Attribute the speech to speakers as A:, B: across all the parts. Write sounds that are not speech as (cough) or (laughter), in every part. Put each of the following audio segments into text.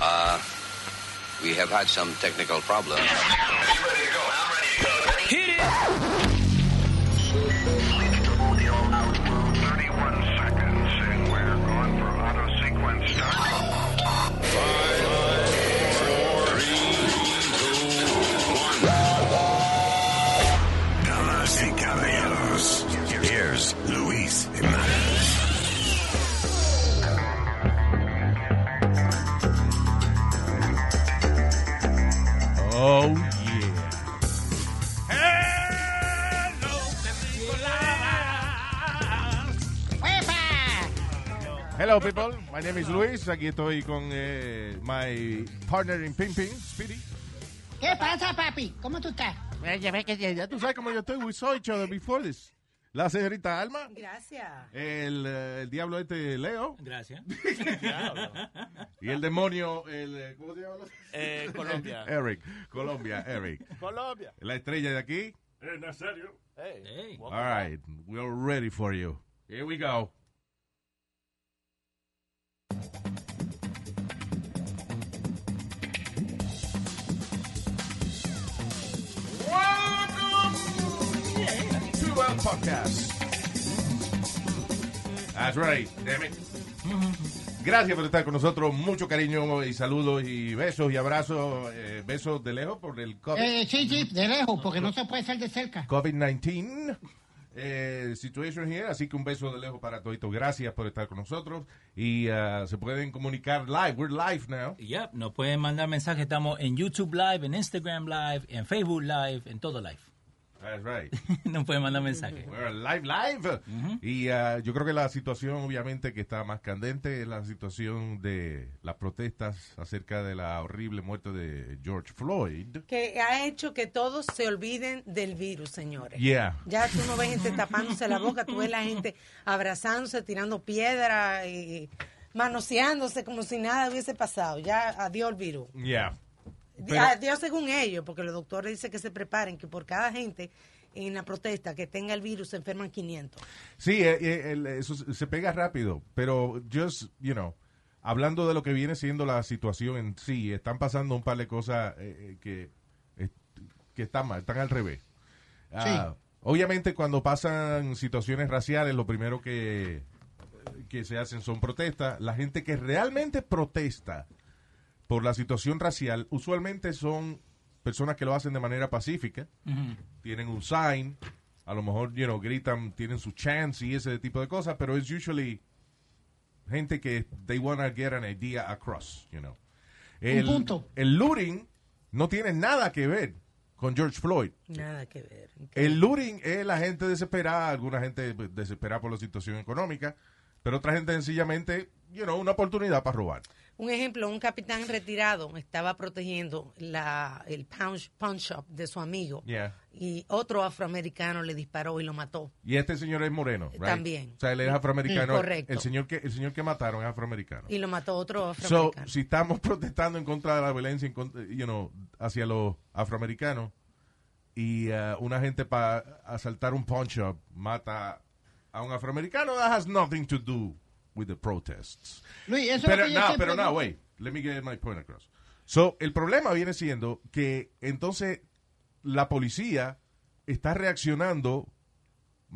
A: Uh, we have had some technical problems.
B: Damas y caballeros, here's Luis Jimenez.
C: Oh, yeah. Hello, people. My name is Luis. Aquí estoy con eh, my partner in Pimping, Speedy.
D: ¿Qué pasa, papi? ¿Cómo tú estás?
C: Eh, Ya tú sabes cómo yo estoy. We saw each other before this. La señorita Alma,
E: Gracias.
C: el, eh, el diablo este Leo
F: Gracias.
C: (laughs) y el demonio, el, eh, ¿cómo se llama?
F: Eh, Colombia.
C: (laughs) Eric, Colombia, Eric.
G: Colombia.
C: La estrella de aquí.
G: Hey.
F: Hey.
C: All right, we're ready for you. Here we go. Welcome to our podcast. That's right, damn it. Gracias por estar con nosotros. Mucho cariño y saludos y besos y abrazos. eh, besos de lejos por el COVID.
D: Eh, sí, sí, de lejos, porque no se puede ser de cerca.
C: COVID-19 eh, situation here. Así que un beso de lejos para toditos. Gracias por estar con nosotros. Y ah, se pueden comunicar live. We're live now.
F: Yep, nos pueden mandar mensajes. Estamos en YouTube Live, en Instagram Live, en Facebook Live, en todo Live. (laughs)
C: That's right.
F: nos pueden mandar
C: (laughs)
F: mensajes.
C: We're live, live. Y ah, yo creo que la situación, obviamente, que está más candente es la situación de las protestas acerca de la horrible muerte de George Floyd.
E: Que ha hecho que todos se olviden del virus, señores.
C: Yeah.
E: Ya tú no ves gente tapándose la boca, tú ves la gente abrazándose, tirando piedra y manoseándose como si nada hubiese pasado. Ya adiós el virus.
C: Yeah. Pero-
E: Adiós según ellos, porque los doctores dicen que se preparen, que por cada gente en la protesta que tenga el virus se enferman 500.
C: Sí, eh, eh, el- eso se se pega rápido, pero just, you know, hablando de lo que viene siendo la situación en sí, están pasando un par de cosas eh, eh, que, eh, que están mal, están al revés. Ah, Obviamente cuando pasan situaciones raciales, lo primero que, que se hacen son protestas. La gente que realmente protesta por la situación racial, usualmente son personas que lo hacen de manera pacífica, tienen un sign, a lo mejor, you know, gritan, tienen su chance y ese tipo de cosas, pero es usually gente que they want to get an idea across, you know. El,
D: punto.
C: el looting no tiene nada que ver con George Floyd.
E: Nada que ver.
C: El looting es la gente desesperada, alguna gente pues, desesperada por la situación económica, pero otra gente sencillamente, you know, una oportunidad para robar.
E: Un ejemplo, un capitán retirado estaba protegiendo la, el pawn, pawn shop de su amigo
C: Yeah.
E: y otro afroamericano le disparó y lo mató.
C: Y este señor es moreno, right?
E: También.
C: O sea, él es afroamericano.
E: Sí, correcto.
C: El señor que el señor que mataron es afroamericano.
E: Y lo mató
C: So,
E: otro afroamericano.
C: si estamos (laughs) protestando en contra de la violencia, en contra- you know, hacia los afroamericanos y ah, una gente para asaltar un pawn shop mata a un afroamericano, that has nothing to do with the protests.
D: Luis, eso
C: Pero
D: es lo que yo
C: no,
D: siempre
C: pero no,
D: digo.
C: wait. Let me get my point across. So, el problema viene siendo que entonces la policía está reaccionando,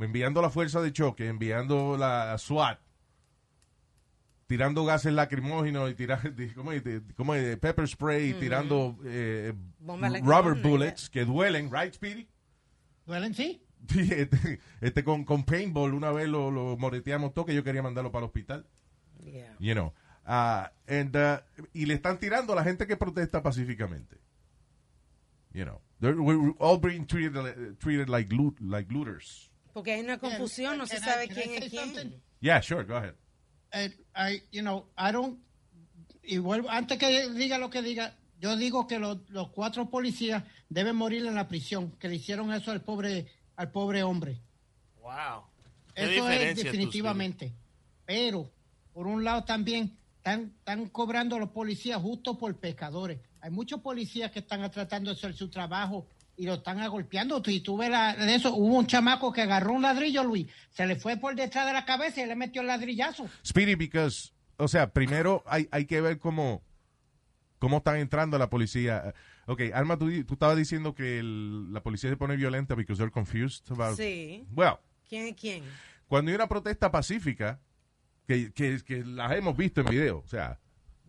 C: enviando la fuerza de choque, enviando la SWAT, tirando gases lacrimógenos y tirando, (laughs) ¿cómo es? De- ¿cómo es? Pepper spray y
D: Mm-hmm.
C: tirando eh,
E: Bombas
C: rubber
E: lacrimógenas.
C: bullets que duelen, right, Speedy? (laughs)
D: ¿Duelen, sí?
C: Sí, este, este con, con paintball una vez lo, lo moreteamos todo que yo quería mandarlo para el hospital.
E: Yeah.
C: You know. Ah, and, ah, y le están tirando a la gente que protesta pacíficamente. You know. They're- we- we're all being treated, li- treated like, loot, like looters.
E: Porque hay una confusión, no se
D: Can I-
E: sabe
D: can I
E: quién
D: say
E: es quién.
D: something?
C: Yeah, sure, go ahead.
D: Eh, I, you know, I don't... Y vuelvo, antes que diga lo que diga, yo digo que los, los cuatro policías deben morir en la prisión, que le hicieron eso al pobre, al pobre hombre.
G: Wow. Qué
D: Eso es
G: diferencia, tú,
D: definitivamente. Pero, por un lado también, están, están cobrando a los policías justo por pecadores. Hay muchos policías que están tratando de hacer su trabajo y lo están agolpeando. Y tú ves la- de eso, hubo un chamaco que agarró un ladrillo, Luis, se le fue por detrás de la cabeza y le metió el ladrillazo.
C: Speedy, because o sea, primero hay, hay que ver cómo, cómo están entrando la policía. Ok, Alma, tú, tú estabas diciendo que el- la policía se pone violenta because they're confused about...
E: Sí.
C: Well,
E: ¿Quién es quién?
C: cuando hay una protesta pacífica, que, que, que las hemos visto en video, o sea,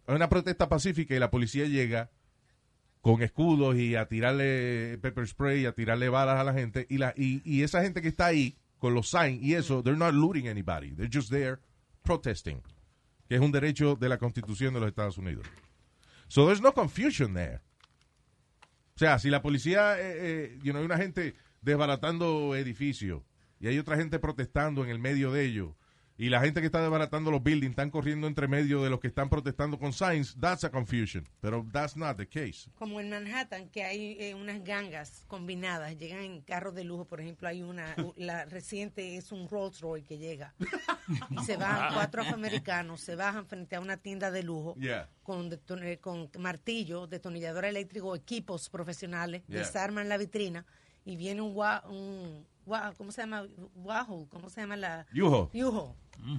C: hay una protesta pacífica y la policía llega con escudos y a tirarle pepper spray y a tirarle balas a la gente y, la, y, y esa gente que está ahí con los signs y eso, they're not looting anybody, they're just there protesting, que es un derecho de la Constitución de los Estados Unidos. So there's no confusion there. O sea, si la policía, eh, eh, you know, hay una gente desbaratando edificios y hay otra gente protestando en el medio de ellos y la gente que está desbaratando los buildings están corriendo entre medio de los que están protestando con signs, that's a confusion. Pero that's not the case.
E: Como en Manhattan, que hay eh, unas gangas combinadas, llegan en carros de lujo, por ejemplo, hay una, la reciente es un Rolls Royce que llega. Y se bajan cuatro afroamericanos, se bajan frente a una tienda de lujo
C: Yeah.
E: con, deton- eh, con martillo, detonillador eléctrico, equipos profesionales,
C: Yeah.
E: desarman la vitrina y viene un, gua- un gua- ¿cómo se llama? Wahoo, ¿cómo se llama la?
C: Yuho.
E: Yuho.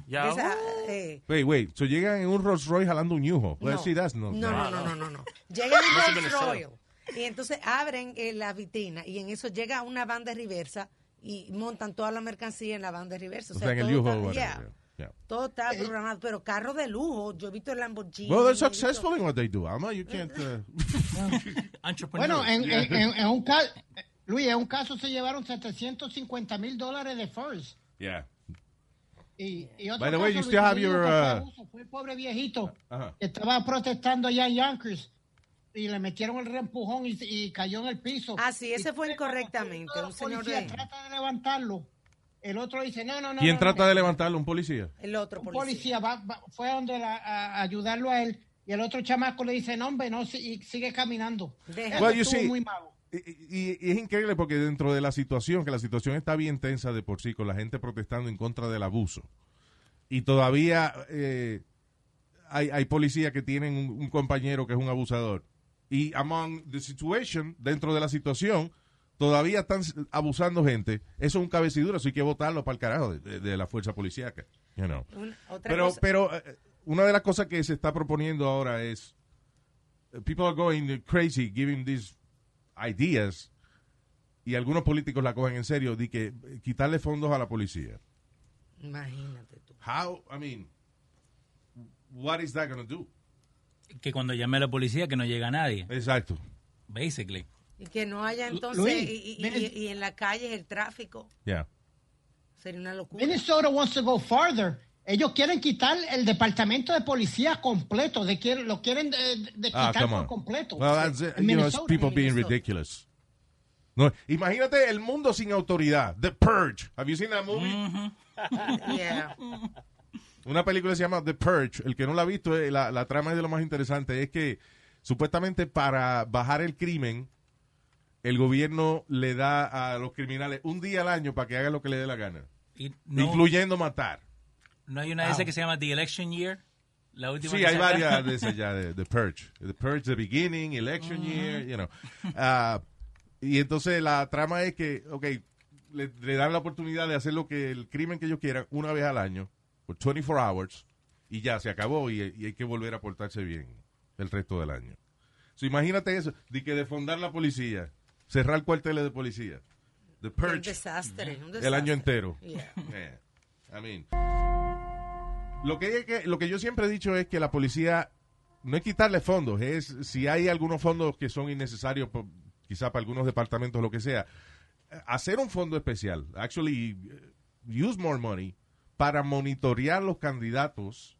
G: Ya.
E: Esa, eh,
C: Wait, wait. So llegan en un Rolls Royce jalando un yujo. Well,
E: No.
C: see, that's not-
E: No, no, no, no, no, no. Llega
G: Ah, No se
E: el Rolls
G: merece.
E: Royce y entonces abren eh, la vitrina y en eso llega una banda de reversa y montan toda la mercancía en la banda de reversa.
C: O sea, en el
E: todo
C: yujo.
E: está-
C: whatever,
E: yeah,
C: yeah.
E: todo está
D: Eh.
E: programado, pero carro de lujo. Yo he visto el Lamborghini.
C: Well,
E: he
C: they're
E: visto-
C: successful in what they do, Alma. You can't...
E: (laughs)
C: uh, (laughs) Pues,
F: Entrepreneur.
D: Bueno, en, en- en- en un caso, Luis, en un caso se llevaron 750 mil dólares de First.
C: yeah.
D: Y, y otro
C: By the way,
D: caso,
C: you still have
D: Luis,
C: your,
D: que fue
C: uh,
D: abuso, fue el pobre viejito
C: Ajá.
D: que estaba protestando allá en Yonkers y le metieron el reempujón y, y cayó en el piso.
E: Ah, sí, ese
D: Y
E: fue
D: tres
E: incorrectamente,
D: cuando
E: un señor
D: policía
E: de-
D: trata de levantarlo. El otro dice, no, no, no.
C: ¿Quién
D: no,
C: trata
D: no".
C: de levantarlo? ¿Un policía?
E: El otro
D: Un
E: policía.
D: policía va- va- fue a donde la- a, a ayudarlo a él y el otro chamaco le dice, no, hombre, no, si- y sigue caminando.
E: Deja.
D: Eso
C: Well, you
D: estuvo
C: see-
D: muy malo.
C: Y, y- y es increíble porque dentro de la situación, que la situación está bien tensa de por sí, con la gente protestando en contra del abuso, y todavía eh, hay, hay policías que tienen un, un compañero que es un abusador. Y among the situation, dentro de la situación, todavía están abusando gente. Eso es un cabecidura, eso hay que votarlo para el carajo de, de- de la fuerza policíaca. you know.
E: Una- otra
C: Pero,
E: cosa-
C: pero eh, una de las cosas que se está proponiendo ahora es eh, people are going crazy giving these ideas y algunos políticos la cogen en serio de que eh, quitarle fondos a la policía.
E: Imagínate tú.
C: How, I mean, what is that going to do?
F: que cuando llamé a la policía que no llega nadie,
C: Exacto.
F: basically.
E: Y que no haya entonces,
D: Luis,
E: y, y-
D: mire-
E: y- y en la calle el tráfico.
C: Yeah.
E: Sería una locura.
D: Minnesota wants to go farther. Ellos quieren quitar el departamento de policía completo, de quieren- lo quieren eh, de, de
C: Ah,
D: quitar
C: come
D: por
C: on.
D: completo.
C: Well, that's it.
D: En
C: You know, it's
D: Minnesota.
C: people being
E: Minnesota.
C: ridiculous. No, imagínate el mundo sin autoridad. The Purge. Have you seen that movie?
E: Yeah.
C: Una película que se llama The Purge. El que no la ha visto, eh, la, la trama es de lo más interesante. Es que supuestamente para bajar el crimen, el gobierno le da a los criminales un día al año para que hagan lo que le dé la gana.
F: Y no,
C: Incluyendo matar.
F: no hay una de esas que se llama The Election Year. La última
C: Sí,
F: que
C: hay
F: saca.
C: varias de esas ya, de The Purge. The Purge, The Beginning, Election Year, you know. Ah, y entonces la trama es que, ok, le, le dan la oportunidad de hacer lo que el crimen que ellos quieran una vez al año, por 24 hours, y ya se acabó y, y hay que volver a portarse bien el resto del año. So, imagínate eso, de que defondar la policía, cerrar cuarteles de policía, The
E: Un
C: Purge,
E: desastre. un
C: el año
E: desastre.
C: entero.
E: Yeah.
C: Yeah. I mean, lo que, que- lo que yo siempre he dicho es que la policía no es quitarle fondos, es si hay algunos fondos que son innecesarios, por- quizá para algunos departamentos, lo que sea, eh, hacer un fondo especial, actually eh, use more money para monitorear los candidatos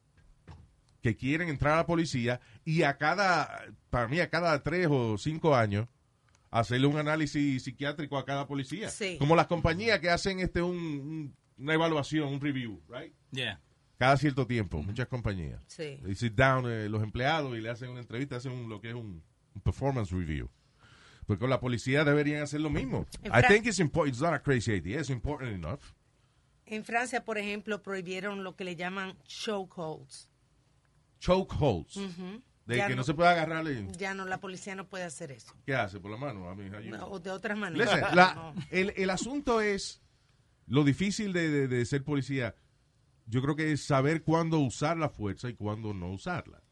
C: que quieren entrar a la policía y a cada, para mí, a cada tres o cinco años, hacerle un análisis psiquiátrico a cada policía.
E: Sí.
C: Como las compañías que hacen este un- un- una evaluación, un review, right?
F: (laughs) Yeah.
C: Cada cierto tiempo, muchas compañías.
E: Sí.
C: They sit down eh, los empleados y le hacen una entrevista, hacen un- lo que es un, un performance review. Porque con la policía deberían hacer lo mismo.
E: En
C: I
E: Fran-
C: think it's important. It's not a crazy idea. It's important enough.
E: En Francia, por ejemplo, prohibieron lo que le llaman chokeholds.
C: Chokeholds. De
E: Ya
C: que no,
E: no.
C: se puede agarrarle.
E: Ya no, la policía no puede hacer eso.
C: ¿Qué hace? Por la mano. I mean, how you-
E: O de otras maneras.
C: Listen, la-
E: No.
C: el, el asunto es lo difícil de, de- de ser policía. yo creo que es saber cuándo usar la fuerza y cuándo no usarla.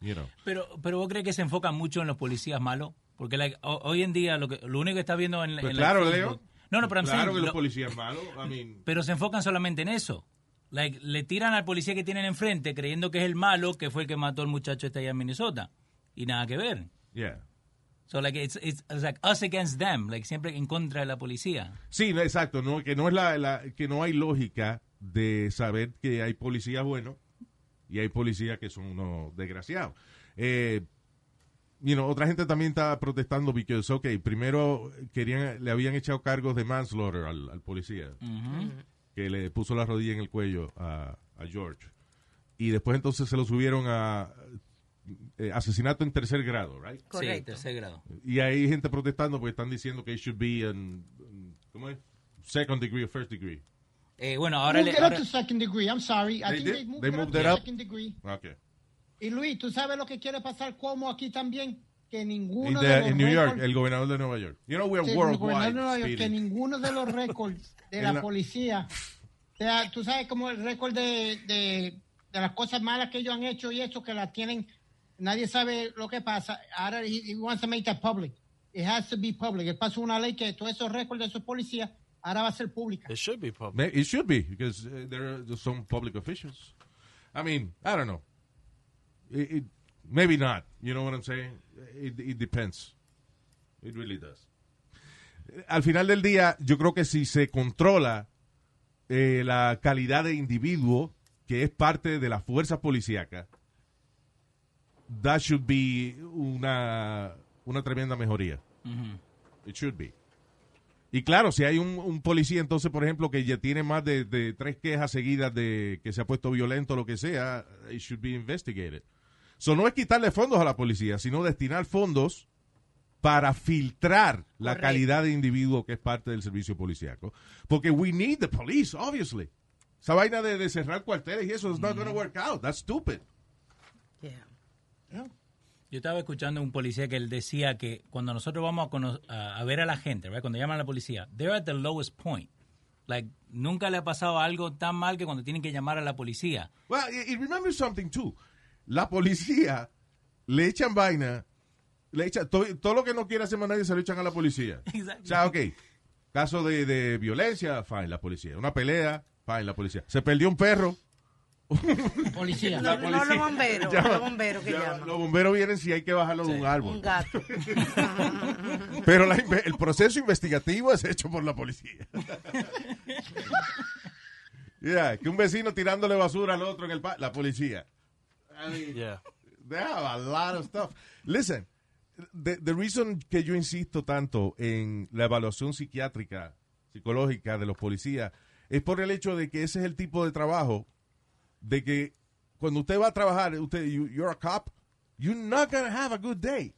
C: You know.
F: Pero, pero vos crees que se enfocan mucho en los policías malos? Porque like, ho- hoy en día lo, que, lo único que está viendo en, la-
C: Pues
F: en la-
C: claro, Leo.
F: No, no, pero I'm
C: claro
F: saying,
C: que los
F: lo-
C: policías malos,
F: (laughs)
C: I mean,
F: pero se enfocan solamente en eso. Like, le tiran al policía que tienen enfrente creyendo que es el malo que fue el que mató al muchacho este allá en Minnesota. Y nada que ver.
C: yeah.
F: So like it's, it's, it's like us against them, like siempre en contra de la policía.
C: Sí, no, exacto, no, que no es la, la- que no hay lógica de saber que hay policías buenos y hay policías que son unos desgraciados. Eh, you know, otra gente también está protestando porque, ok, primero querían, le habían echado cargos de manslaughter al, al policía que le puso la rodilla en el cuello a, a George. Y después entonces se lo subieron a eh, asesinato en tercer grado, right?
F: Sí,
E: Correcto.
F: tercer grado.
C: Y hay gente protestando porque están diciendo que it should be en, en- ¿cómo es? Second degree or first degree.
F: Eh, bueno, ahora le,
D: Moved it
F: ahora-
D: up to second degree. I'm sorry. I
C: They
D: think
C: did?
D: they moved,
C: They
D: it
C: moved
D: up
C: it
D: to
C: up?
D: second degree.
C: Okay.
D: Y Luis, ¿tú sabes lo que quiere pasar como aquí también? Que
C: En
D: ninguno de
C: de-
D: los
C: en New York,
D: récords-
C: el gobernador de Nueva York. You know we are
D: que el gobernador de
C: worldwide.
D: Nueva York, que
C: speeding.
D: ninguno de los récords
C: (laughs)
D: de
C: En
D: la,
C: la-
D: policía, o sea, tú sabes como el récord de, de, de las cosas malas que ellos han hecho y eso que las tienen, nadie sabe lo que pasa. Ahora he, he wants to make that public. It has to be public. Él pasó una ley que todos esos récords de esos policías ahora va a ser pública.
G: It should be public.
C: May- It should be because uh, there are some public officials. I mean, I don't know. It, it- maybe not. You know what I'm saying? It, it depends. It really does. Eh, Al final del día, yo creo que si se controla eh, la calidad de individuo que es parte de las fuerzas policíacas, that should be una, una tremenda mejoría. It should be. Y claro, si hay un, un policía, entonces, por ejemplo, que ya tiene más de, de tres quejas seguidas de que se ha puesto violento o lo que sea, it should be investigated. So, no es quitarle fondos a la policía, sino destinar fondos para filtrar la
E: Correcto.
C: calidad de individuo que es parte del servicio policíaco. Porque we need the police, obviously. Esa vaina de, de cerrar cuarteles y eso, it's not going to work out. That's stupid.
E: Yeah.
F: yo estaba escuchando a un policía que él decía que cuando nosotros vamos a, cono- a- a ver a la gente, ¿verdad? cuando llaman a la policía, they're at the lowest point. Like, nunca le ha pasado algo tan mal que cuando tienen que llamar a la policía.
C: Well, y y remember something too. La policía le echan vaina, le echa to- todo, lo que no quiere hacer más nadie se lo echan a la
E: (laughs)
C: policía.
F: Exactly.
C: O sea, ok, caso de, de violencia, fine, la policía. Una pelea, fine, la policía. Se perdió un perro.
D: Policía.
E: No, no los bomberos,
C: Llama-
E: los bomberos que
C: llama-
E: llaman.
C: Los bomberos vienen si hay que bajarlo de un árbol.
E: Un gato.
C: Pero la inve- el proceso investigativo es hecho por la
E: (laughs)
C: policía. Yeah, que un vecino tirándole basura al otro en el pa la policía.
G: Yeah.
C: They have a lot of stuff. Listen, the, the reason que yo insisto tanto en la evaluación psiquiátrica, psicológica de los policías, es por el hecho de que ese es el tipo de trabajo de que cuando usted va a trabajar, usted, you- you're a cop, you're not gonna have a good day.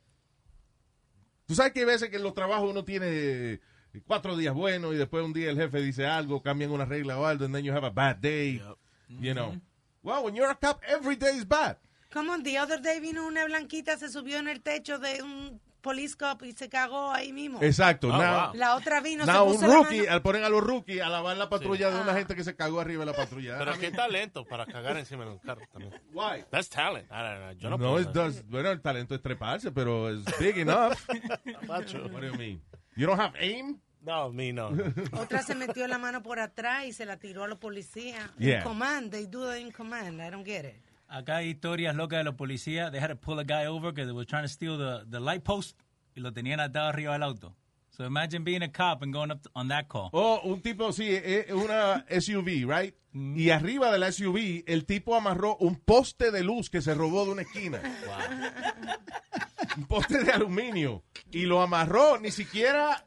C: Tú sabes que hay veces que en los trabajos uno tiene cuatro días buenos y después un día el jefe dice algo, cambian una regla o algo, and then you have a bad day, you know. Well, when you're a cop, every day is bad.
E: Come on, the other day vino una blanquita, se subió en el techo de un police cop y se cagó ahí mismo.
C: Exacto.
G: Oh,
C: now-
G: wow.
E: La otra vino,
C: Now,
E: se
C: un
E: puso la
C: rookie,
E: mano. Ah.
C: al ponen a los rookies a lavar la patrulla de una gente que se cagó arriba de la patrulla.
G: Pero qué talento para cagar encima de un carro también.
C: Why?
G: That's talent. I don't know. Yo no,
C: No,
G: puedo
C: it
G: hacer
C: does- bueno, el talento es treparse, pero es big
G: (laughs)
C: enough.
G: eso. Macho.
C: What do you mean? You don't have aim?
G: No, me no.
C: (laughs)
G: no.
E: Otra se metió la mano por atrás y se la tiró a los policías.
C: Yeah.
E: In command, they do that in command. I don't get it.
F: Acá hay historias locas de los policías. They had to pull a guy over because they were trying to steal the, the light post y lo tenían atado arriba del auto. So imagine being a cop and going up on that call.
C: Oh, un tipo, sí, eh, eh, una SUV, right? Y arriba de la SUV, el tipo amarró un poste de luz que se robó de una esquina. Un poste de aluminio. Y lo amarró, ni siquiera...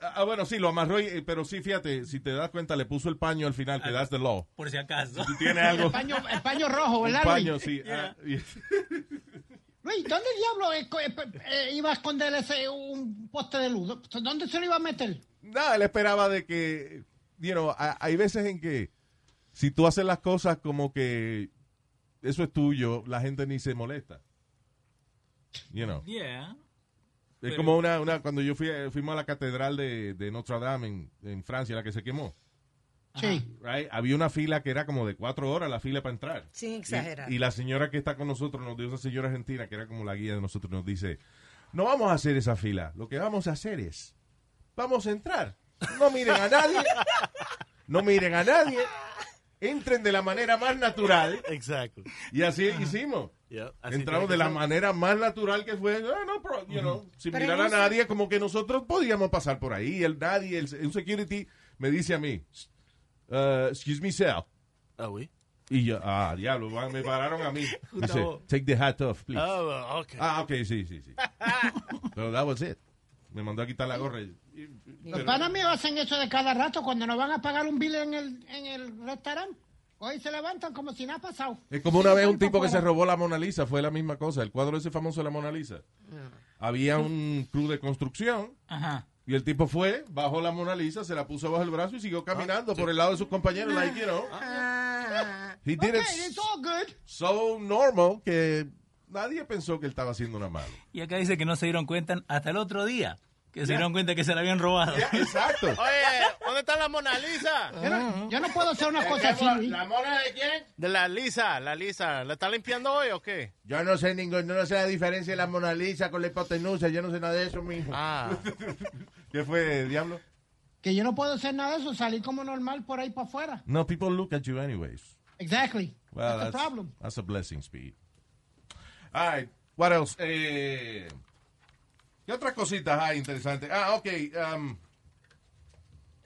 C: Ah, bueno, sí, lo amarró, y- eh, pero sí, fíjate, si te das cuenta, le puso el paño al final, que that's the law.
F: Por
C: (laughs)
F: si acaso.
C: Tiene
D: El
C: algo...
D: (laughs) paño,
C: (laughs)
D: el paño rojo,
C: Un
D: ¿verdad?
C: paño,
D: Luis?
C: sí. ah, y-
D: Luis, ¿dónde diablo eh, co- eh, eh, iba a esconder ese un poste de luz? ¿Dónde se lo iba a meter?
C: No, él esperaba de que, you know, ha- hay veces en que si tú haces las cosas como que eso es tuyo, la gente ni se molesta. You know.
F: Yeah.
C: Es como una, una cuando yo fui, fuimos a la catedral de, de Notre Dame en, en Francia, la que se quemó.
D: Sí.
C: Right? Había una fila que era como de cuatro horas la fila para entrar.
E: Sin exagerar.
C: Y, y la señora que está con nosotros nos dio esa señora argentina que era como la guía de nosotros nos dice, no vamos a hacer esa fila, lo que vamos a hacer es, vamos a entrar, no miren a nadie, no miren a nadie, entren de la manera más natural
G: Exacto.
C: y así hicimos.
G: Yeah, así
C: Entramos
G: tiene
C: de
G: que
C: la
G: ser.
C: manera más natural que fue, ah, no, pero, you know, sin
E: Pero
C: mirar
E: no
C: a
E: sé.
C: nadie, como que nosotros podíamos pasar por ahí, el nadie, el, un security me dice a mí, "Uh, excuse me, sir.
G: Ah, oui.
C: Y yo, ah, diablo, van- me pararon a
G: (laughs)
C: mí. Dice,
G: Gustavo.
C: take the hat off, please.
G: Ah, ok.
C: Ah, ok, sí, sí,
G: (laughs)
C: sí. Pero that was it. Me mandó a quitar la gorra. y- y-
D: Los
C: pero-
D: panas míos hacen eso de cada rato cuando no van a pagar un bill en el, en el restaurante. Hoy se levantan como si nada ha pasado.
C: es como una vez un tipo que se
D: Afuera.
C: robó la Mona Lisa, fue la misma cosa. El cuadro ese famoso de la Mona Lisa. Había un club de construcción
F: Ajá.
C: y el tipo fue, bajó la Mona Lisa, se la puso bajo el brazo y siguió caminando por el lado de sus compañeros. Like, you know,
E: Ah,
C: he did
D: Okay,
C: it
D: it's all good.
C: so normal que nadie pensó que él estaba haciendo una mala.
F: Y acá dice que no se dieron cuenta hasta el otro día, que se dieron cuenta que se la habían robado.
C: Ya,
F: (laughs)
C: (laughs) exacto.
G: Oye, ¿dónde está la Mona Lisa?
D: Yo
C: Ah.
D: no, yo no puedo hacer
C: Eh,
D: una cosa así. Luis.
C: mona de quién?
G: De la Lisa, la Lisa. ¿La está limpiando hoy o qué?
C: Yo no sé ningún, yo no sé la diferencia de la Mona Lisa con la hipotenusa, yo no sé nada de eso, mijo.
G: Ah,
C: ¿Qué fue, diablo?
D: Que yo no puedo hacer nada de eso, salir como normal por ahí para afuera.
C: No, people look at you anyways.
D: Exactly.
C: Well,
D: that's, the problem.
C: That's a blessing, Speed. All right, what else? Eh, ¿Qué otras cositas hay interesantes? Ah, ok. um,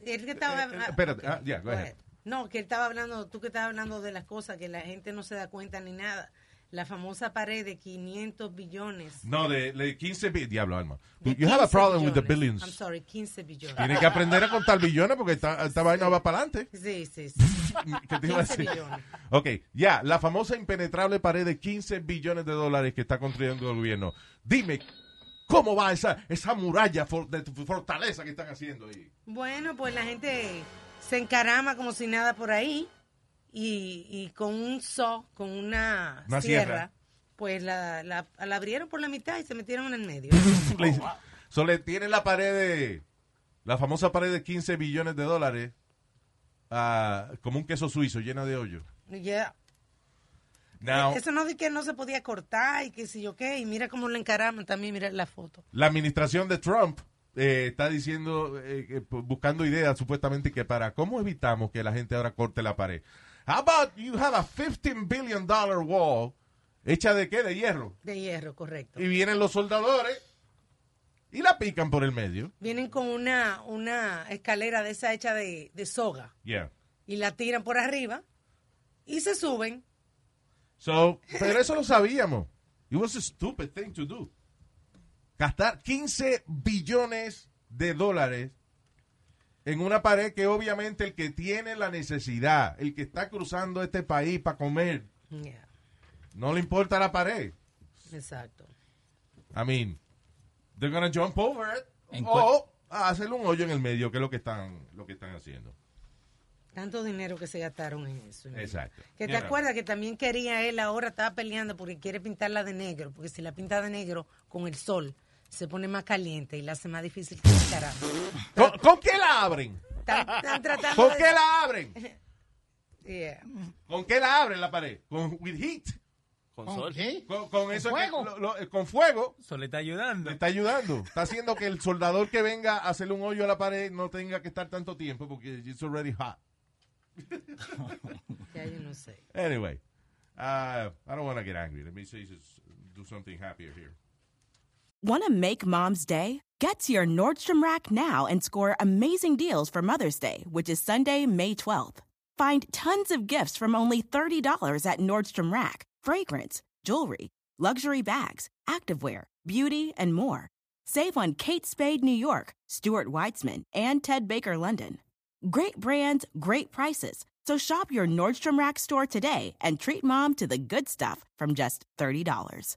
E: él que estaba-
C: Eh, eh, espérate,
E: ah, ok.
C: ah, ya, go ahead.
E: No, que él estaba hablando, tú que estabas hablando de las cosas que la gente no se da cuenta ni nada. La famosa pared de 500 billones.
C: no, de, de 15 billones. Diablo, Alma.
E: de
C: you have a
E: 15
C: problem with the
E: billones.
C: billions.
E: I'm sorry, 15 billones.
C: Tienes que aprender a contar billones porque esta, esta vaina va para adelante.
E: (laughs) Sí, sí, sí.
C: ¿Qué te iba a
E: 15
C: decir?
E: billones.
C: Ok, ya, la famosa impenetrable pared de 15 billones de dólares que está construyendo el gobierno. Dime, ¿cómo va esa, esa muralla for- de fortaleza que están haciendo ahí?
E: Bueno, pues la gente se encarama como si nada por ahí y, y con un so, con una,
C: Una
E: sierra,
C: sierra.
E: pues la, la, la abrieron por la mitad y se metieron en el
C: (laughs)
E: medio.
C: Le- so, le tienen la pared de, la famosa pared de 15 billones de dólares ah, como un queso suizo llena de hoyo.
E: Yeah.
C: Now,
E: Eh, Eso no de que no se podía cortar y que si yo qué, y mira cómo la encaraman también, mira la foto.
C: la administración de Trump eh, está diciendo, eh, que- buscando ideas supuestamente que para cómo evitamos que la gente ahora corte la pared. How about you have a 15 billion dollar wall hecha de qué? De hierro.
E: De hierro, correcto.
C: Y vienen los soldadores y la pican por el medio.
E: Vienen con una, una escalera de esa hecha de, de soga
C: Yeah.
E: y la tiran por arriba y se suben.
C: So, pero eso lo sabíamos. It was a stupid thing to do. Gastar 15 billones de dólares en una pared que obviamente el que tiene la necesidad, el que está cruzando este país para comer,
E: Yeah,
C: no le importa la pared.
E: Exacto.
C: I mean, they're gonna jump over it.
F: En
C: O hacerle un hoyo en el medio, que es lo que están, lo que están haciendo.
E: Tanto dinero que se gastaron en eso.
C: Exacto.
E: Que te
C: Yeah.
E: acuerdas que también quería él ahora, estaba peleando porque quiere pintarla de negro, porque si la pinta de negro con el sol se pone más caliente y la hace más difícil que el carajo.
C: ¿Con, con qué la abren?
E: Están, están tratando
C: ¿Con
E: de-
C: qué la abren?
E: Yeah.
C: ¿Con qué la abren la pared? Con with heat.
G: con sol.
D: Sí.
C: Con, con eso que-
D: fuego.
C: lo- lo- eh, con fuego
F: Eso le está ayudando.
C: le está ayudando. Está haciendo que el soldador que venga a hacerle un hoyo a la pared no tenga que estar tanto tiempo porque it's already hot.
E: Ya yo no sé.
C: Anyway, uh, I don't want to get angry. Let me say, just do something happier here.
H: Want to make mom's day? Get to your Nordstrom Rack now and score amazing deals for Mother's Day, which is Sunday, May 12th. Find tons of gifts from only $30 at Nordstrom Rack fragrance, jewelry, luxury bags, activewear, beauty, and more. Save on Kate Spade New York, Stuart Weitzman, and Ted Baker London. Great brands, great prices. So shop your Nordstrom Rack store today and treat mom to the good stuff from just $30.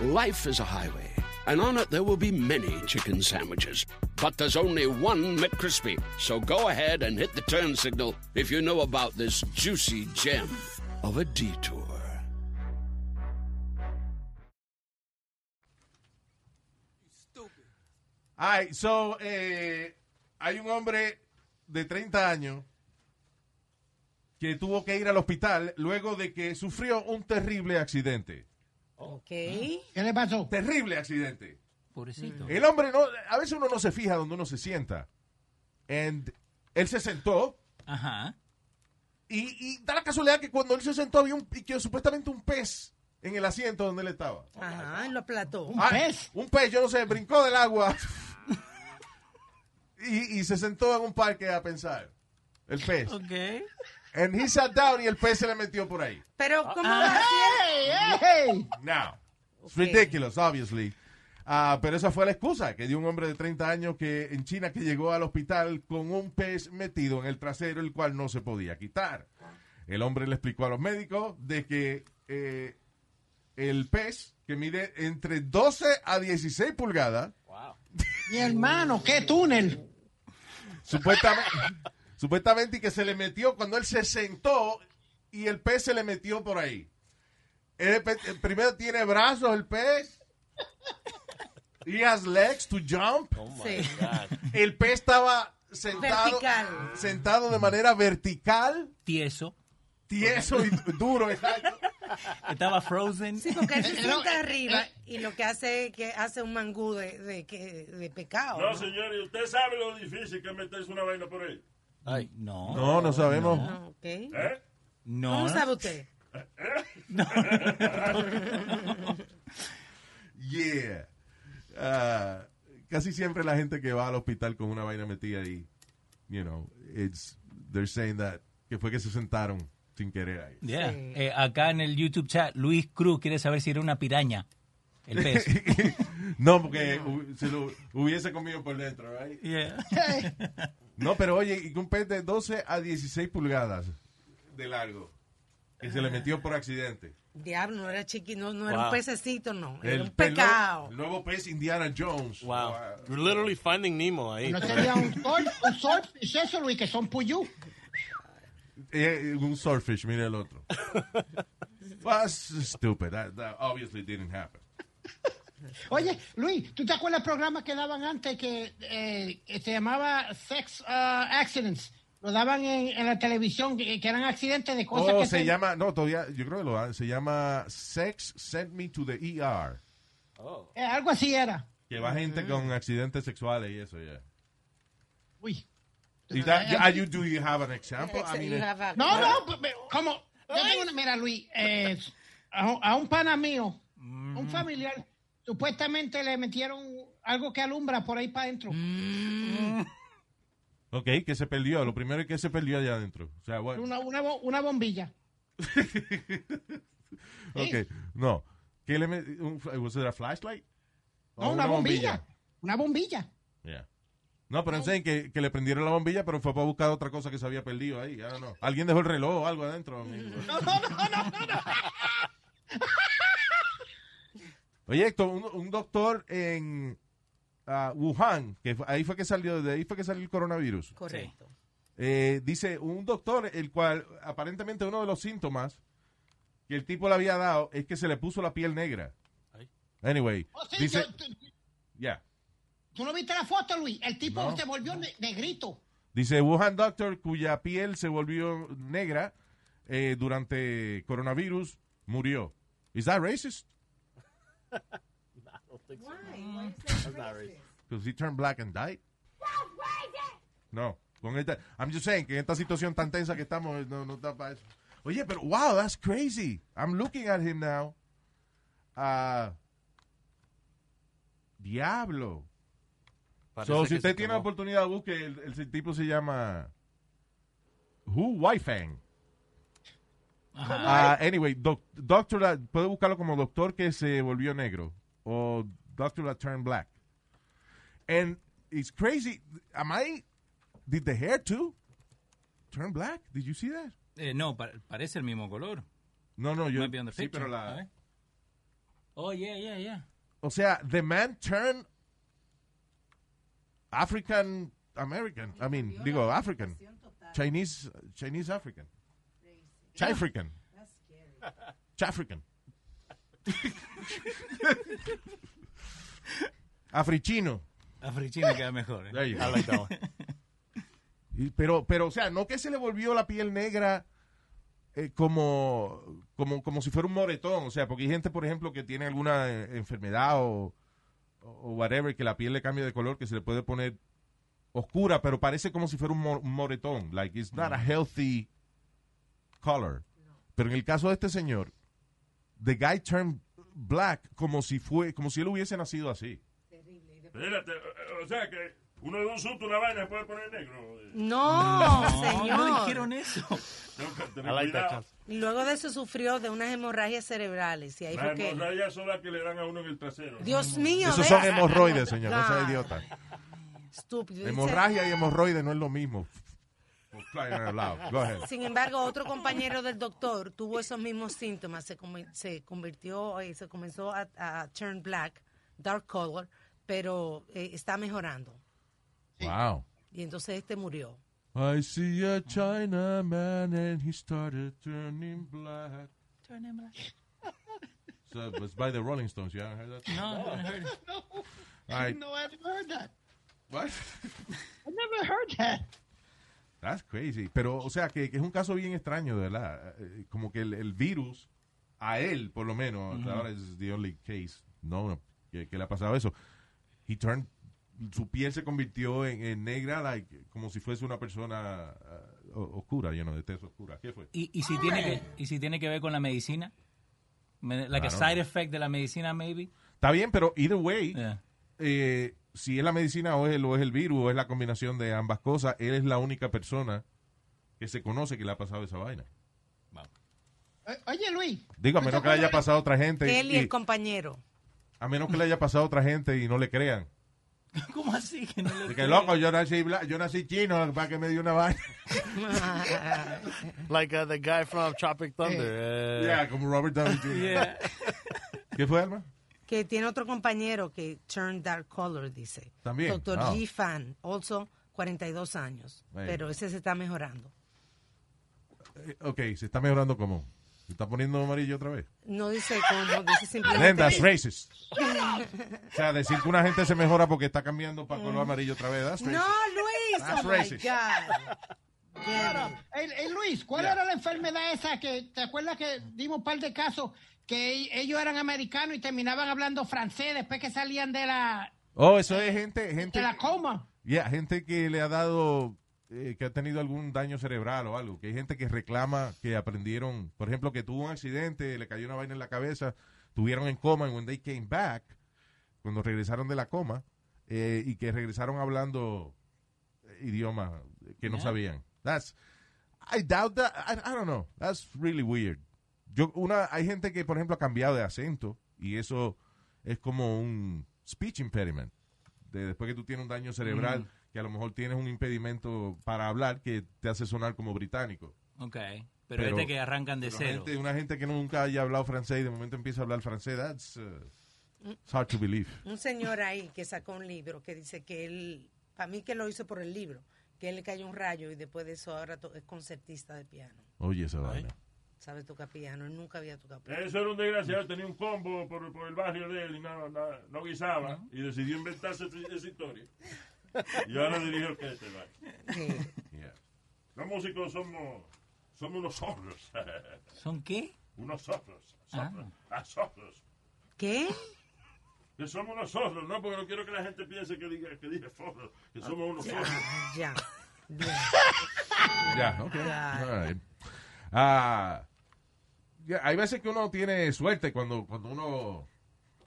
I: Life is a highway, and on it there will be many chicken sandwiches. But there's only one McCrispy. So go ahead and hit the turn signal if you know about this juicy gem of a detour.
C: All right, so, eh, hay un hombre de 30 años que tuvo que ir al hospital luego de que sufrió un terrible accidente. Oh.
E: Ok.
D: ¿Qué le pasó?
C: Terrible accidente.
F: Pobrecito.
C: El hombre no, a veces uno no se fija donde uno se sienta. And él se sentó
F: Ajá.
C: y, y da la casualidad que cuando él se sentó había un, y que supuestamente un pez en el asiento donde él estaba.
E: Ajá, lo aplató.
D: ¿Un
C: Ah,
D: pez?
C: Un pez, yo no sé, brincó del
D: (laughs)
C: agua y, y se sentó en un parque a pensar. El pez.
F: Ok.
C: And he sat down y el pez se le metió por ahí.
E: Pero, ¿cómo
C: Ah.
E: va a ser?
D: ¡Ey, ey!
C: Now, it's
E: Ok.
C: ridiculous, obviously. Ah, pero esa fue la excusa que dio un hombre de 30 años que en China que llegó al hospital con un pez metido en el trasero, el cual no se podía quitar. El hombre le explicó a los médicos de que eh, el pez, que mide entre 12 a 16 pulgadas,
D: Mi hermano, qué túnel.
C: supuestamente, (laughs) supuestamente y que se le metió cuando él se sentó y el pez se le metió por ahí. El pe- el primero tiene brazos el pez. He has legs to jump.
E: Sí.
C: El pez estaba sentado,
E: Vertical.
C: sentado de manera vertical,
F: Tieso.
C: tieso y du- duro. exacto.
F: Estaba frozen.
E: Sí, porque él se
D: Eh, (laughs) no,
E: sienta
D: eh,
E: arriba
D: eh.
E: y lo que hace es que hace un mangú de, de, que- de pecado.
J: No, señores, usted sabe lo difícil que es meterse una vaina por ahí.
F: Ay, no.
C: No, no sabemos.
E: Ah, ok.
J: ¿Eh?
F: No.
E: ¿Cómo
F: no.
E: sabe usted?
C: Yeah. Ah, casi siempre la gente que va al hospital con una vaina metida ahí, you know, it's, they're saying that, que fue que se sentaron sin querer ahí.
F: Yeah. Eh, acá en el YouTube chat, Luis Cruz quiere saber si era una piraña. El pez.
C: (laughs) no, porque hu- se lo hubiese comido por dentro, right?
F: Yeah.
C: No, pero oye, y que un pez de 12 a 16 pulgadas de largo, que se le metió por accidente.
E: Diablo, no era chiqui, no, no era un
G: Wow.
E: pececito, no. Era un
C: pez nuevo-
E: pecado.
C: El nuevo pez Indiana Jones.
G: Wow. You're literally finding Nemo eh? ahí.
D: No sería un sol, un sol, es eso, Luis, que son puyú.
C: Eh, un swordfish, mira el
D: (laughs)
C: otro. Well, that's stupid. That, that obviously didn't happen.
D: Oye, Luis, ¿tú te acuerdas del programa que daban antes que eh, que se llamaba Sex ah, Accidents? Lo daban en, en la televisión, que, que eran accidentes de cosas
C: Oh,
D: que
C: se llama, no, todavía, yo creo que lo dan, se llama Sex Sent Me to the ER.
D: eh, algo así era.
C: Que va gente con accidentes sexuales y eso, ya.
D: Uy.
C: Is that- are you, do you have an example? I mean, eh,
E: You have a-
D: No, no, p- p- ¿cómo? Yo tengo una- mira, Luis, eh, a, un- a un pana mío,
C: Mm.
D: un familiar, supuestamente le metieron algo que alumbra por ahí para adentro.
C: Mm. ok, que se perdió. Lo primero es que se perdió allá adentro. O sea, bueno,
D: Una, una, bo- una bombilla.
C: ok, no. ¿Qué le met- un, ¿Was it a flashlight?
D: No,
C: O
D: una bombilla. Una bombilla.
C: Yeah. No, pero en serio, que, que le prendieron la bombilla, pero fue para buscar otra cosa que se había perdido ahí. I don't know. Alguien dejó el reloj o algo adentro. amigo.
D: No, no, no, no, no. no.
C: (laughs) Oye, Héctor, un, un doctor en ah, Wuhan, que fue- ahí fue que salió, de ahí fue que salió el coronavirus.
E: Correcto.
C: Eh, dice un doctor, el cual aparentemente uno de los síntomas que el tipo le había dado es que se le puso la piel negra.
G: Ay.
C: Anyway,
D: Oh, sí,
C: dice,
D: yo- tú-
C: yeah.
D: ¿Tú no viste la foto, Luis? El tipo
C: No.
D: se volvió ne- negrito.
C: Dice Wuhan Doctor, cuya piel se volvió negra eh, durante coronavirus, murió. ¿Is that racist? Because he turned black and died. No, con esta, I'm just saying que en esta situación tan tensa que estamos, no, no está para eso. Oye, pero wow, that's crazy. I'm looking at him now. Ah, diablo.
G: Parece
C: So,
G: que
C: si usted
G: se
C: tiene la
G: quemó.
C: oportunidad, busque. El, el tipo se llama Hu Waifeng. Ah, anyway, doc- doctor, ah, that- puede buscarlo como doctor que se volvió negro o doctor that turned ah, black. And it's crazy. Am I? Did the hair too turn black? Did you see that?
F: (laughs) Eh, no, pa- parece el mismo color.
C: No, no, yo-
F: Might be on the
C: sí,
F: picture.
C: pero la-
F: A ver. Oh, yeah, yeah, yeah.
C: O sea, the man turned African American. I mean, digo African, Chinese, Chinese African, Chafrican, Chafrican, (laughs) Africhino.
F: Africhino queda mejor. eh.
C: There you go. (laughs) Y- pero, pero, o sea, no que se le volvió la piel negra eh, como, como, como si fuera un moretón. O sea, porque hay gente, por ejemplo, que tiene alguna eh, enfermedad o, o whatever, que la piel le cambia de color, que se le puede poner oscura, pero parece como si fuera un, mo- un moretón. Like, it's not a healthy color. Pero en el caso de este señor, the guy turned black como si fue, como si él hubiese nacido así.
J: Espérate, o sea que uno de un susto, una vaina, se puede poner negro.
E: No, señor.
F: No dijeron eso.
J: Tener cuidado.
E: Luego de eso sufrió de unas hemorragias cerebrales y ahí fue
J: Las
E: que...
J: hemorragias son las que le dan a uno en el trasero.
E: Dios mío,
C: Esos son
E: ¿ves?
C: hemorroides, señor, no sea
E: God.
C: idiota.
E: Estúpido.
C: Hemorragia y hemorroide no es lo mismo. Crying out loud. Go ahead.
E: Sin embargo, otro compañero del doctor tuvo esos mismos síntomas, se, come- se convirtió, eh, se comenzó a, a turn black, dark color, pero eh, está mejorando.
C: Wow.
E: Y entonces este murió.
C: I see a Chinaman and he started turning black. So it was by the Rolling Stones, you haven't heard that?
F: No, I haven't heard it.
D: (laughs) No,
C: Alright.
D: no, I've heard that.
C: What?
D: I never heard that.
C: That's crazy. Pero, o sea, que, que es un caso bien extraño, de ¿verdad? Eh, Como que el, el virus, a él, por lo menos, hasta
F: Ujú.
C: ahora es the only case, no, no, que, que le ha pasado eso. He turned, su piel se convirtió en, en negra, like, como si fuese una persona eh, o- oscura, lleno de tez oscura. ¿Qué fue?
F: ¿Y, y si tiene que, ¿Y si tiene que ver con la medicina? Me- Like a
C: Claro.
F: side effect de la medicina, maybe.
C: Está bien, pero either way,
F: Yeah. (laughs)
C: eh, si es la medicina o es, el, o es el virus o es la combinación de ambas cosas, él es la única persona que se conoce que le ha pasado esa vaina.
D: O- Oye, Luis.
C: Digo, a
D: ¿tú te
C: menos que le haya
D: acuerdas
C: pasado a otra gente. y-
E: Él y
C: y-
E: el compañero.
C: a menos que le haya pasado a otra gente y no le crean.
F: ¿Cómo así? Que no le
C: De que
F: creo?
C: loco, yo nací, bla- yo nací chino, para que me dio una (laughs) vaina.
G: Like uh, the guy from Tropic Thunder. Uh,
C: Ya, como Robert Downey Jr.
F: Yeah.
C: (laughs) ¿Qué fue, Alma?
E: que tiene otro compañero que turned dark color, dice.
C: También,
E: Doctor
C: wow.
E: G. Fan, also 42 años,
C: Bueno.
E: pero ese se está mejorando.
C: Eh, ok, se está mejorando como. Se está poniendo amarillo otra vez.
E: No dice cómo, dice simplemente...
C: Then that's racist. O sea, decir que una gente se mejora porque está cambiando para color amarillo otra vez, that's racist.
E: No, Luis,
C: That's
E: oh
C: racist.
E: my God.
D: Eh, eh, Luis, ¿cuál era la enfermedad esa que te acuerdas que dimos un par de casos que e, ellos eran americanos y terminaban hablando francés después que salían de la
C: Oh, eso es gente, gente,
D: de la coma?
C: yeah, gente que le ha dado, eh, que ha tenido algún daño cerebral o algo. Que hay gente que reclama que aprendieron, por ejemplo, que tuvo un accidente, le cayó una vaina en la cabeza, tuvieron en coma, and when they came back, cuando regresaron de la coma, eh, y que regresaron hablando idiomas que no
F: Yeah.
C: sabían. That's, I doubt that, I, I don't know, that's really weird. Yo, una, hay gente que, por ejemplo, ha cambiado de acento y eso es como un speech impediment. De, después que tú tienes un daño cerebral, que a lo mejor tienes un impedimento para hablar que te hace sonar como británico.
F: Ok. Pero,
C: Pero-
F: este que arrancan de
C: Pero
F: cero.
C: gente- una gente que nunca haya hablado francés y de momento empieza a hablar francés, that's uh, it's hard to believe.
E: Un señor ahí que sacó un libro que dice que él, para mí que lo hizo por el libro, que él le cayó un rayo y después de eso ahora to- es concertista de piano.
C: Oye, esa vaina.
E: Sabe tocar piano, él nunca había tocado piano.
J: Eso era un desgraciado, tenía un combo por, por el barrio de él y no, no, no guisaba. Y decidió inventarse esa- esa historia. Y ahora dirige orquesta. ¿vale?
E: Sí.
C: Yeah.
J: Los músicos somos, somos unos zorros. (laughs)
F: ¿Son qué?
J: unos zorros. Zorros. Ah, zorros.
E: ¿Qué?
J: Que somos unos zorros, ¿no? Porque no quiero que la gente piense que, diga, que dije zorros. Que somos unos zorros.
E: Ah, ya. Bien.
C: Ya, ok. All right. Ah, ya, hay veces que uno tiene suerte cuando, cuando uno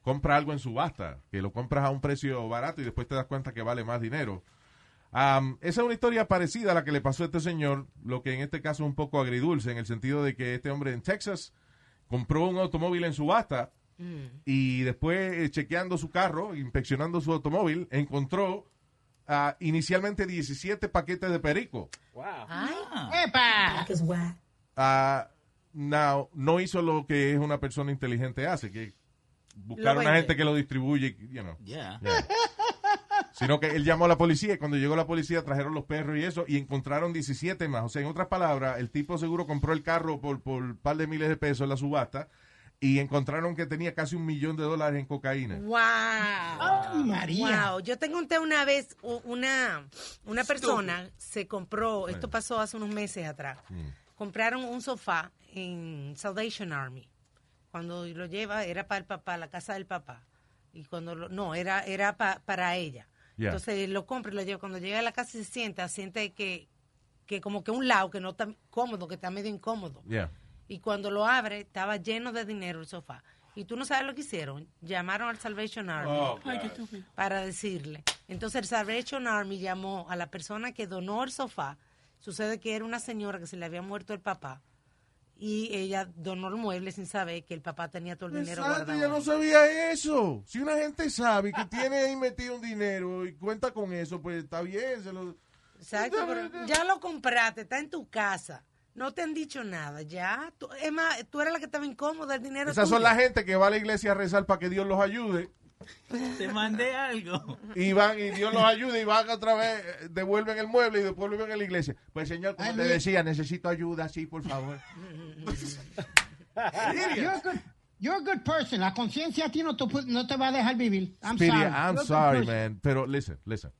C: compra algo en subasta, que lo compras a un precio barato y después te das cuenta que vale más dinero. Am, esa es una historia parecida a la que le pasó a este señor, lo que en este caso es un poco agridulce, en el sentido de que este hombre en Texas compró un automóvil en subasta Y después, eh, chequeando su carro, inspeccionando su automóvil, encontró ah, inicialmente 17 paquetes de perico.
D: Wow. ¡Epa!
C: Ah, now, no hizo lo que es una persona inteligente hace, que buscar
D: Lo
C: una
D: vende.
C: gente que lo distribuye, you know.
K: Yeah.
C: Yeah. Sino que él llamó a la policía y cuando llegó la policía trajeron los perros y eso y encontraron 17 más. O sea, en otras palabras, el tipo seguro compró el carro por, por un par de miles de pesos en la subasta y encontraron que tenía casi un millón de dólares en cocaína.
E: Wow.
C: Ah.
D: María.
E: Wow. Yo te conté una vez u- una, una persona se compró, esto pasó hace unos meses atrás.
C: Mm.
E: Compraron un sofá en Salvation Army. Cuando lo lleva era para el papá, la casa del papá. Y cuando lo- no, era era pa- para ella.
L: Yeah.
E: Entonces lo compra y lo lleva. Cuando llega a la casa y se sienta, siente que, que como que un lado que no está cómodo, que está medio incómodo.
C: Yeah.
E: Y cuando lo abre, estaba lleno de dinero el sofá. Y tú no sabes lo que hicieron. Llamaron al Salvation Army
L: Oh, Ay, qué estúpido.
E: para decirle. Entonces el Salvation Army llamó a la persona que donó el sofá. Sucede que era una señora que se le había muerto el papá. Y ella donó el mueble sin saber que el papá tenía todo el dinero
C: Exacto,
E: guardado.
C: yo no sabía eso. Si una gente sabe que tiene ahí metido un dinero y cuenta con eso, pues está bien. Se lo...
E: Exacto, pero ya lo compraste, está en tu casa. No te han dicho nada, ya. Tú, es más, tú eras la que estaba incómoda, el dinero
C: Esas
E: es
C: son
E: tuyo.
C: la gente que va a la iglesia a rezar para que Dios los ayude.
F: Te mandé algo.
C: Y van, y Dios los ayuda, y van otra vez, eh, devuelven el mueble y después vuelven a la iglesia. Pues señor, como
D: Ay,
C: te
D: Luis.
C: decía, necesito ayuda, sí, por favor.
D: You're a good, you're a good person. La conciencia a ti no te, pu- no te va a dejar vivir. (laughs) I'm
C: Speedy,
D: sorry.
C: I'm
D: You're a good
C: sorry,
D: person.
C: man. Pero listen, listen.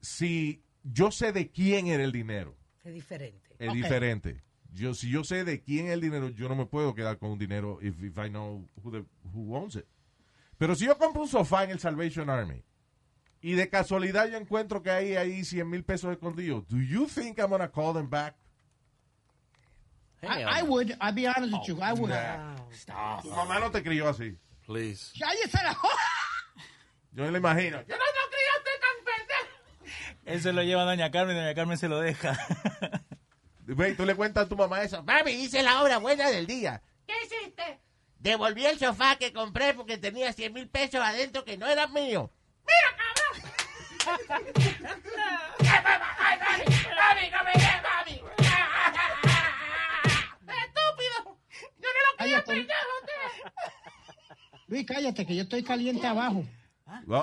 C: Si yo sé de quién era el dinero,
E: Es diferente.
C: es diferente. Yo, si yo sé de quién es el dinero, yo no me puedo quedar con un dinero if, if I know who, the- who owns it. Pero si yo compro un sofá en el Salvation Army y de casualidad yo encuentro que hay ahí 100 mil pesos escondidos, ¿do you think I'm gonna call them back?
D: I, I would. I'll be honest with you. I would.
C: Nah. Tu
L: Ah.
C: mamá no te crió así.
G: Please.
D: Cállese la (laughs)
C: Yo no le imagino.
D: Yo no lo criaste tan pendejo.
F: Él se lo lleva a Doña Carmen y Doña Carmen se lo deja. (laughs)
C: Ve, tú le cuentas a tu mamá eso. Mami, hice la obra buena del día.
L: ¿Qué hiciste?
C: Devolví el sofá que compré porque tenía 100 mil pesos adentro que no eran míos.
L: ¡Ay, mami! ¡Mami, no me des, mami! ¡Estúpido! ¡Yo no lo quería,
D: Cállate.
L: pendejo!
D: Luis, cállate, que yo estoy caliente abajo.
J: Oh,
D: Oh.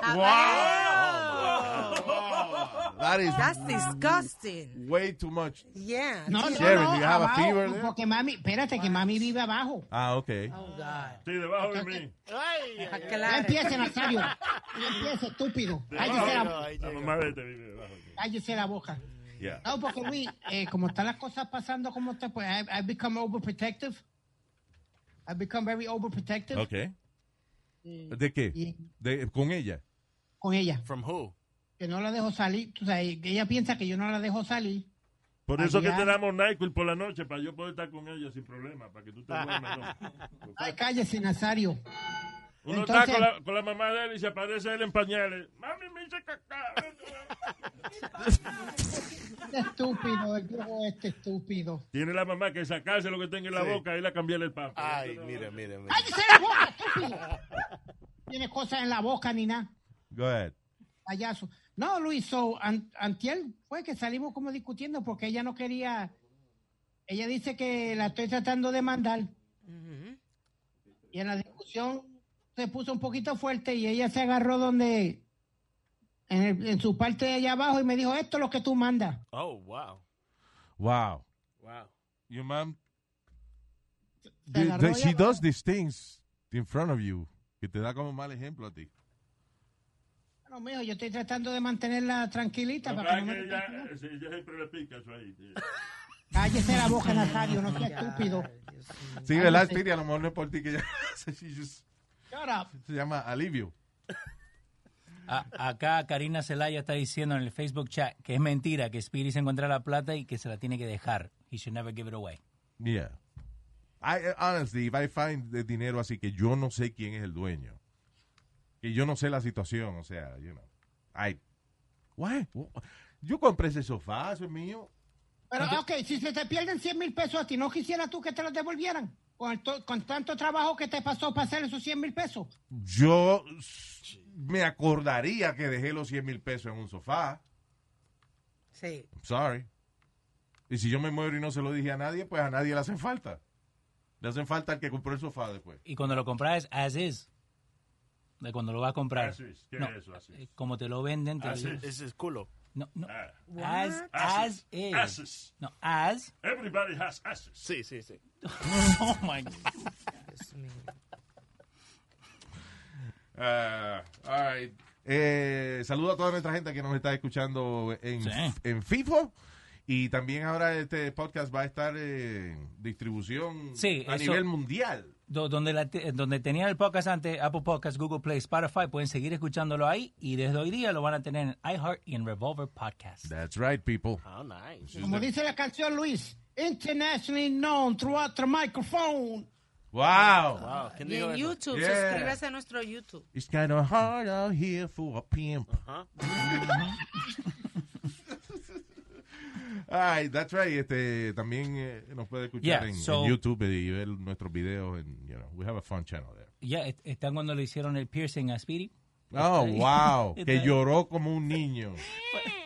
C: That is
E: That's disgusting.
C: (laughs) way too much.
E: Yeah.
D: No, no,
C: Sharon,
D: no,
C: do you have a
D: abajo,
C: fever there?
D: porque mami, espérate, que mami vive abajo.
C: Ah, ok.
E: Oh, God.
J: Sí, debajo de
G: (laughs)
J: mí.
D: Ya empiece, Nazario. Ya empiece, estúpido. Cállese la,
J: La mamá de este vive debajo.
D: cállese la boca.
J: Yeah.
D: No, porque Luis, eh, como están las cosas pasando como está, pues I- I've become overprotective. I've become very overprotective
C: Ok. ¿De qué?
D: Mm. Y-
C: De, ¿Con ella?
D: con ella.
G: From who?
D: Que no la dejo salir. Tú sabes, que ella piensa que yo no la dejo salir.
J: Por eso que
D: Allá.
J: te damos NyQuil por la noche, para yo poder estar con ella sin problema, para que tú te duermas.
D: (laughs)
J: ¿no?
D: Ay, cállese, Nazario.
J: Uno está
D: Entonces-
J: con la, con la mamá de él y se aparece él en pañales. Mami, me hice caca.
D: (laughs) Este estúpido, el viejo este estúpido.
J: Tiene la mamá que sacarse lo que tenga en la
G: Sí.
J: boca y la cambiarle el papo.
G: Ay, mira, mira, mira.
D: ¡Cállese la boca, estúpido! Tiene cosas en la boca ni nada.
C: Go ahead.
D: payaso. No, Luis, so, an- antier fue que salimos como discutiendo porque ella no quería, ella dice que la estoy tratando de mandar y en la discusión se puso un poquito fuerte y ella se agarró donde, en, el- en su parte de allá abajo y me dijo, esto es lo que tú mandas.
G: Oh, wow.
C: Wow.
G: Wow.
C: Your mom.
D: Se agarró
C: They-
D: y
C: she
D: agarró.
C: does these things in front of you. Que te da como mal ejemplo a ti.
D: Bueno, mijo, yo estoy tratando de mantenerla tranquilita para
J: Papá,
D: que no
J: que
D: me-
J: ella, eh, sí, ella siempre le pica eso ahí. sí.
D: Cállese la boca, Nazario, no seas estúpido.
C: Sí, ¿verdad, Speedy? A lo mejor no es por ti que ya (laughs) she just-
D: Shut up.
C: se llama alivio.
F: A- acá Karina Zelaya está diciendo en el Facebook chat que es mentira que Speedy se encuentra la plata y que se la tiene que dejar. He should never give it away.
C: Yeah. I, eh, honestly, if I find the dinero así que yo no sé quién es el dueño, que yo no sé la situación, o sea, you know, I, why? Yo compré ese sofá, eso es mío.
D: Pero, ok, si se te pierden 100 mil pesos a ti, ¿no quisiera tú que te los devolvieran? con, el to- con tanto trabajo que te pasó para hacer esos 100 mil pesos.
C: Yo s- me acordaría que dejé los 100 mil pesos en un sofá.
E: Sí.
C: I'm sorry. Y si yo me muero y no se lo dije a nadie, pues a nadie le hacen falta. Le hacen falta al que compró el sofá después.
F: Y cuando lo compras, as is. De cuando lo vas a comprar.
J: As is. ¿Qué es eso, as is?
F: eh, Como te lo venden, te
J: As
F: lo
J: is. Ese Ah. es
F: culo. No, no.
J: What?
F: As, as,
J: As
F: is.
J: is. As is.
F: No, as. (laughs)
J: Everybody has asses. Sí, sí, sí.
F: oh my God.
C: Ah, all right. Eh, saludo a toda nuestra gente que nos está escuchando en, en FIFO. Y también ahora este podcast va a estar en distribución
F: Sí,
C: a
F: eso-
C: nivel mundial.
F: Do- donde, la te- donde tenía el podcast antes, Apple Podcast, Google Play, Spotify, pueden seguir escuchándolo ahí. Y desde hoy día lo van a tener en iHeart y en Revolver Podcast.
C: That's right, people.
F: Oh, nice.
D: Como dice la canción Luis, internationally known throughout the microphone.
C: Wow.
E: Y en YouTube, suscríbase a nuestro YouTube.
C: It's kind of hard out here for a pimp. Ay, that's right. Este, también eh, nos puede escuchar
F: Yeah,
C: en,
F: so-
C: en YouTube y ver nuestros videos. En, you know, we have a fun channel there.
F: Ya est- están cuando le hicieron el piercing a Speedy.
C: Oh, wow.
F: Está-
C: que lloró como un niño.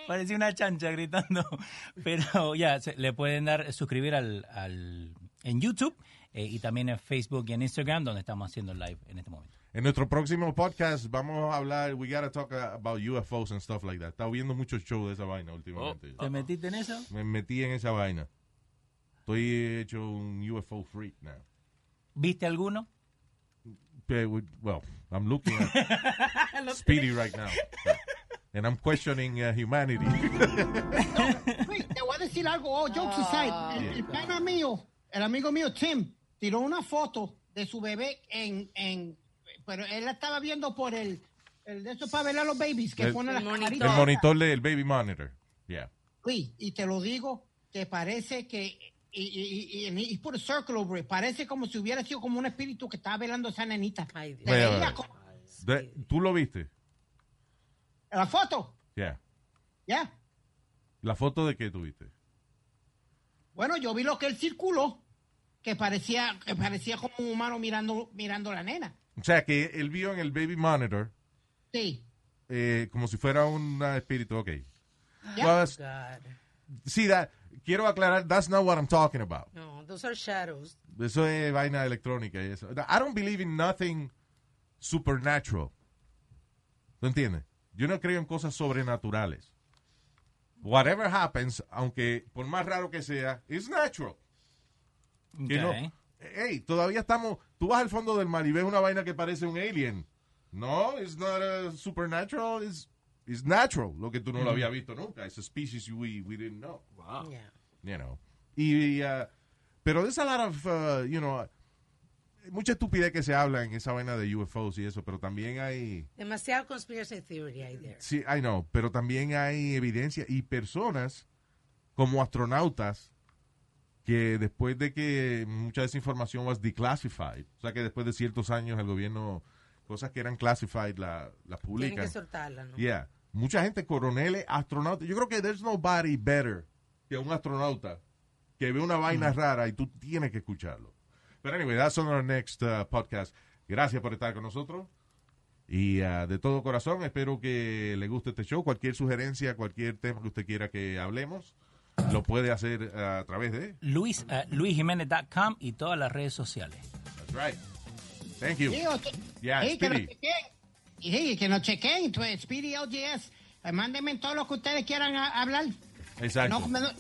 F: Parecía una chancha gritando. (laughs) Pero ya, se- le pueden dar suscribir al, al- en YouTube eh, y también en Facebook y en Instagram, donde estamos haciendo live en este momento.
C: En nuestro próximo podcast vamos a hablar, we gotta talk uh, about UFOs and stuff like that. Estaba viendo muchos shows de esa vaina últimamente.
F: ¿Te metiste en eso?
C: Me metí en esa vaina. Estoy hecho un UFO freak now.
F: ¿Viste alguno?
C: Pe- we- Well, I'm looking at Speedy right now. And I'm questioning uh, humanity.
D: Luis, te voy a decir algo, oh, jokes aside. El, el pana mío, el amigo mío Tim, tiró una foto de su bebé en, en pero él la estaba viendo por el, el de esos para ver a los babies que
C: El-
D: pone la
C: El
D: monitor.
C: El monitor del baby monitor. Yeah.
D: Luis, y te lo digo, que parece que, y, y, y, y- y put a circle over it, parece como si hubiera sido como un espíritu que estaba velando a esa nenita. Te
C: Wait, wait,
D: veía
C: wait.
D: como-
C: De- ¿Tú lo viste?
D: la foto,
C: Yeah.
D: ¿ya?
C: ¿La foto de qué tuviste?
D: Bueno, yo vi lo que él circuló, que parecía, que parecía como un humano mirando, mirando a la nena.
C: O sea, que él vio en el baby monitor
D: Sí.
C: eh, como si fuera un uh, espíritu. Ok.
E: Yeah.
C: Well, that's- Sí, that- quiero aclarar, that's not what I'm talking about.
E: No, those are shadows.
C: Eso es vaina electrónica y eso. I don't believe in nothing supernatural. ¿Lo entiendes? Yo no creo en cosas sobrenaturales. Whatever happens, aunque por más raro que sea, it's natural. Que no-
F: Ok.
C: Ey, todavía estamos. Tú vas al fondo del mar y ves una vaina que parece un alien. No, it's not uh, supernatural, it's, it's natural. Lo que tú no lo habías visto nunca. It's a species we, we didn't know. Wow.
E: Yeah.
C: you know. Y, uh, pero there's a lot of, uh, you know, mucha estupidez que se habla en esa vaina de UFOs y eso, pero también hay,
E: Demasiado conspiracy theory hay there.
C: sí, I know, pero también hay evidencia y personas como astronautas que después de que mucha de esa información was declassified, o sea que después de ciertos años el gobierno, cosas que eran classified la- las publican.
E: Tienen que soltarla, ¿no?
C: Yeah. Mucha gente, coroneles, astronautas. Yo creo que there's nobody better que un astronauta que ve una vaina rara y tú tienes que escucharlo. Pero anyway, that's on our next uh, podcast. Gracias por estar con nosotros. Y uh, de todo corazón, espero que le guste este show. Cualquier sugerencia, cualquier tema que usted quiera que hablemos, lo puede hacer uh, a través de...
F: Luis, uh, luisjimenez.com y todas las redes sociales.
C: That's right. Thank you.
D: Sí, o que-
C: Yeah,
D: sí, que nos
C: Speedy.
D: chequen. Y sí, que nos chequen. Pues, Speedy ODS. Eh, Mándenme todo lo que ustedes quieran a- hablar.
C: Exacto.
D: No, me- no-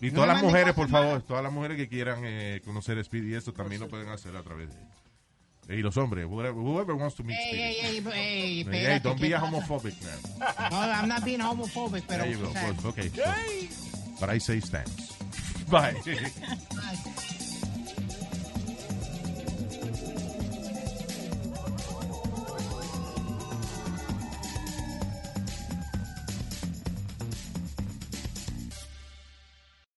C: Y
D: no
C: todas
D: me
C: las
D: manden
C: mujeres,
D: cosas
C: por
D: malas.
C: favor, todas las mujeres que quieran eh, conocer a Speedy, eso también lo pueden hacer a través de. Y los hombres, whoever, whoever wants to meet
D: Ey,
C: Speedy.
D: ey, ey, ey,
C: Hey,
D: espérate,
C: don't
D: ¿qué
C: be a
D: pasa?
C: homophobic now.
D: (laughs) No, I'm not being homophobic, pero...
C: There you go.
D: o sea,
C: Well, okay. But I say stamps. (laughs) Bye.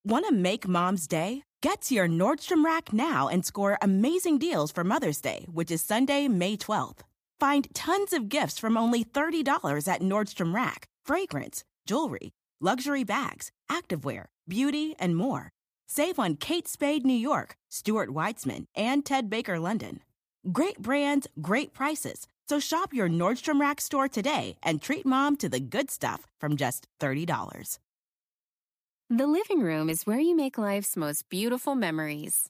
H: Want to make mom's day? Get to your Nordstrom Rack now and score amazing deals for Mother's Day, which is Sunday, May 12th. Find tons of gifts from only $30 at Nordstrom Rack fragrance, jewelry, luxury bags, activewear, beauty, and more.
M: Save on Kate Spade New York, Stuart Weitzman, and Ted Baker London. Great brands, great prices. So shop your Nordstrom Rack store today and treat mom to the good stuff from just $30.
H: The living room is where you make life's most beautiful memories.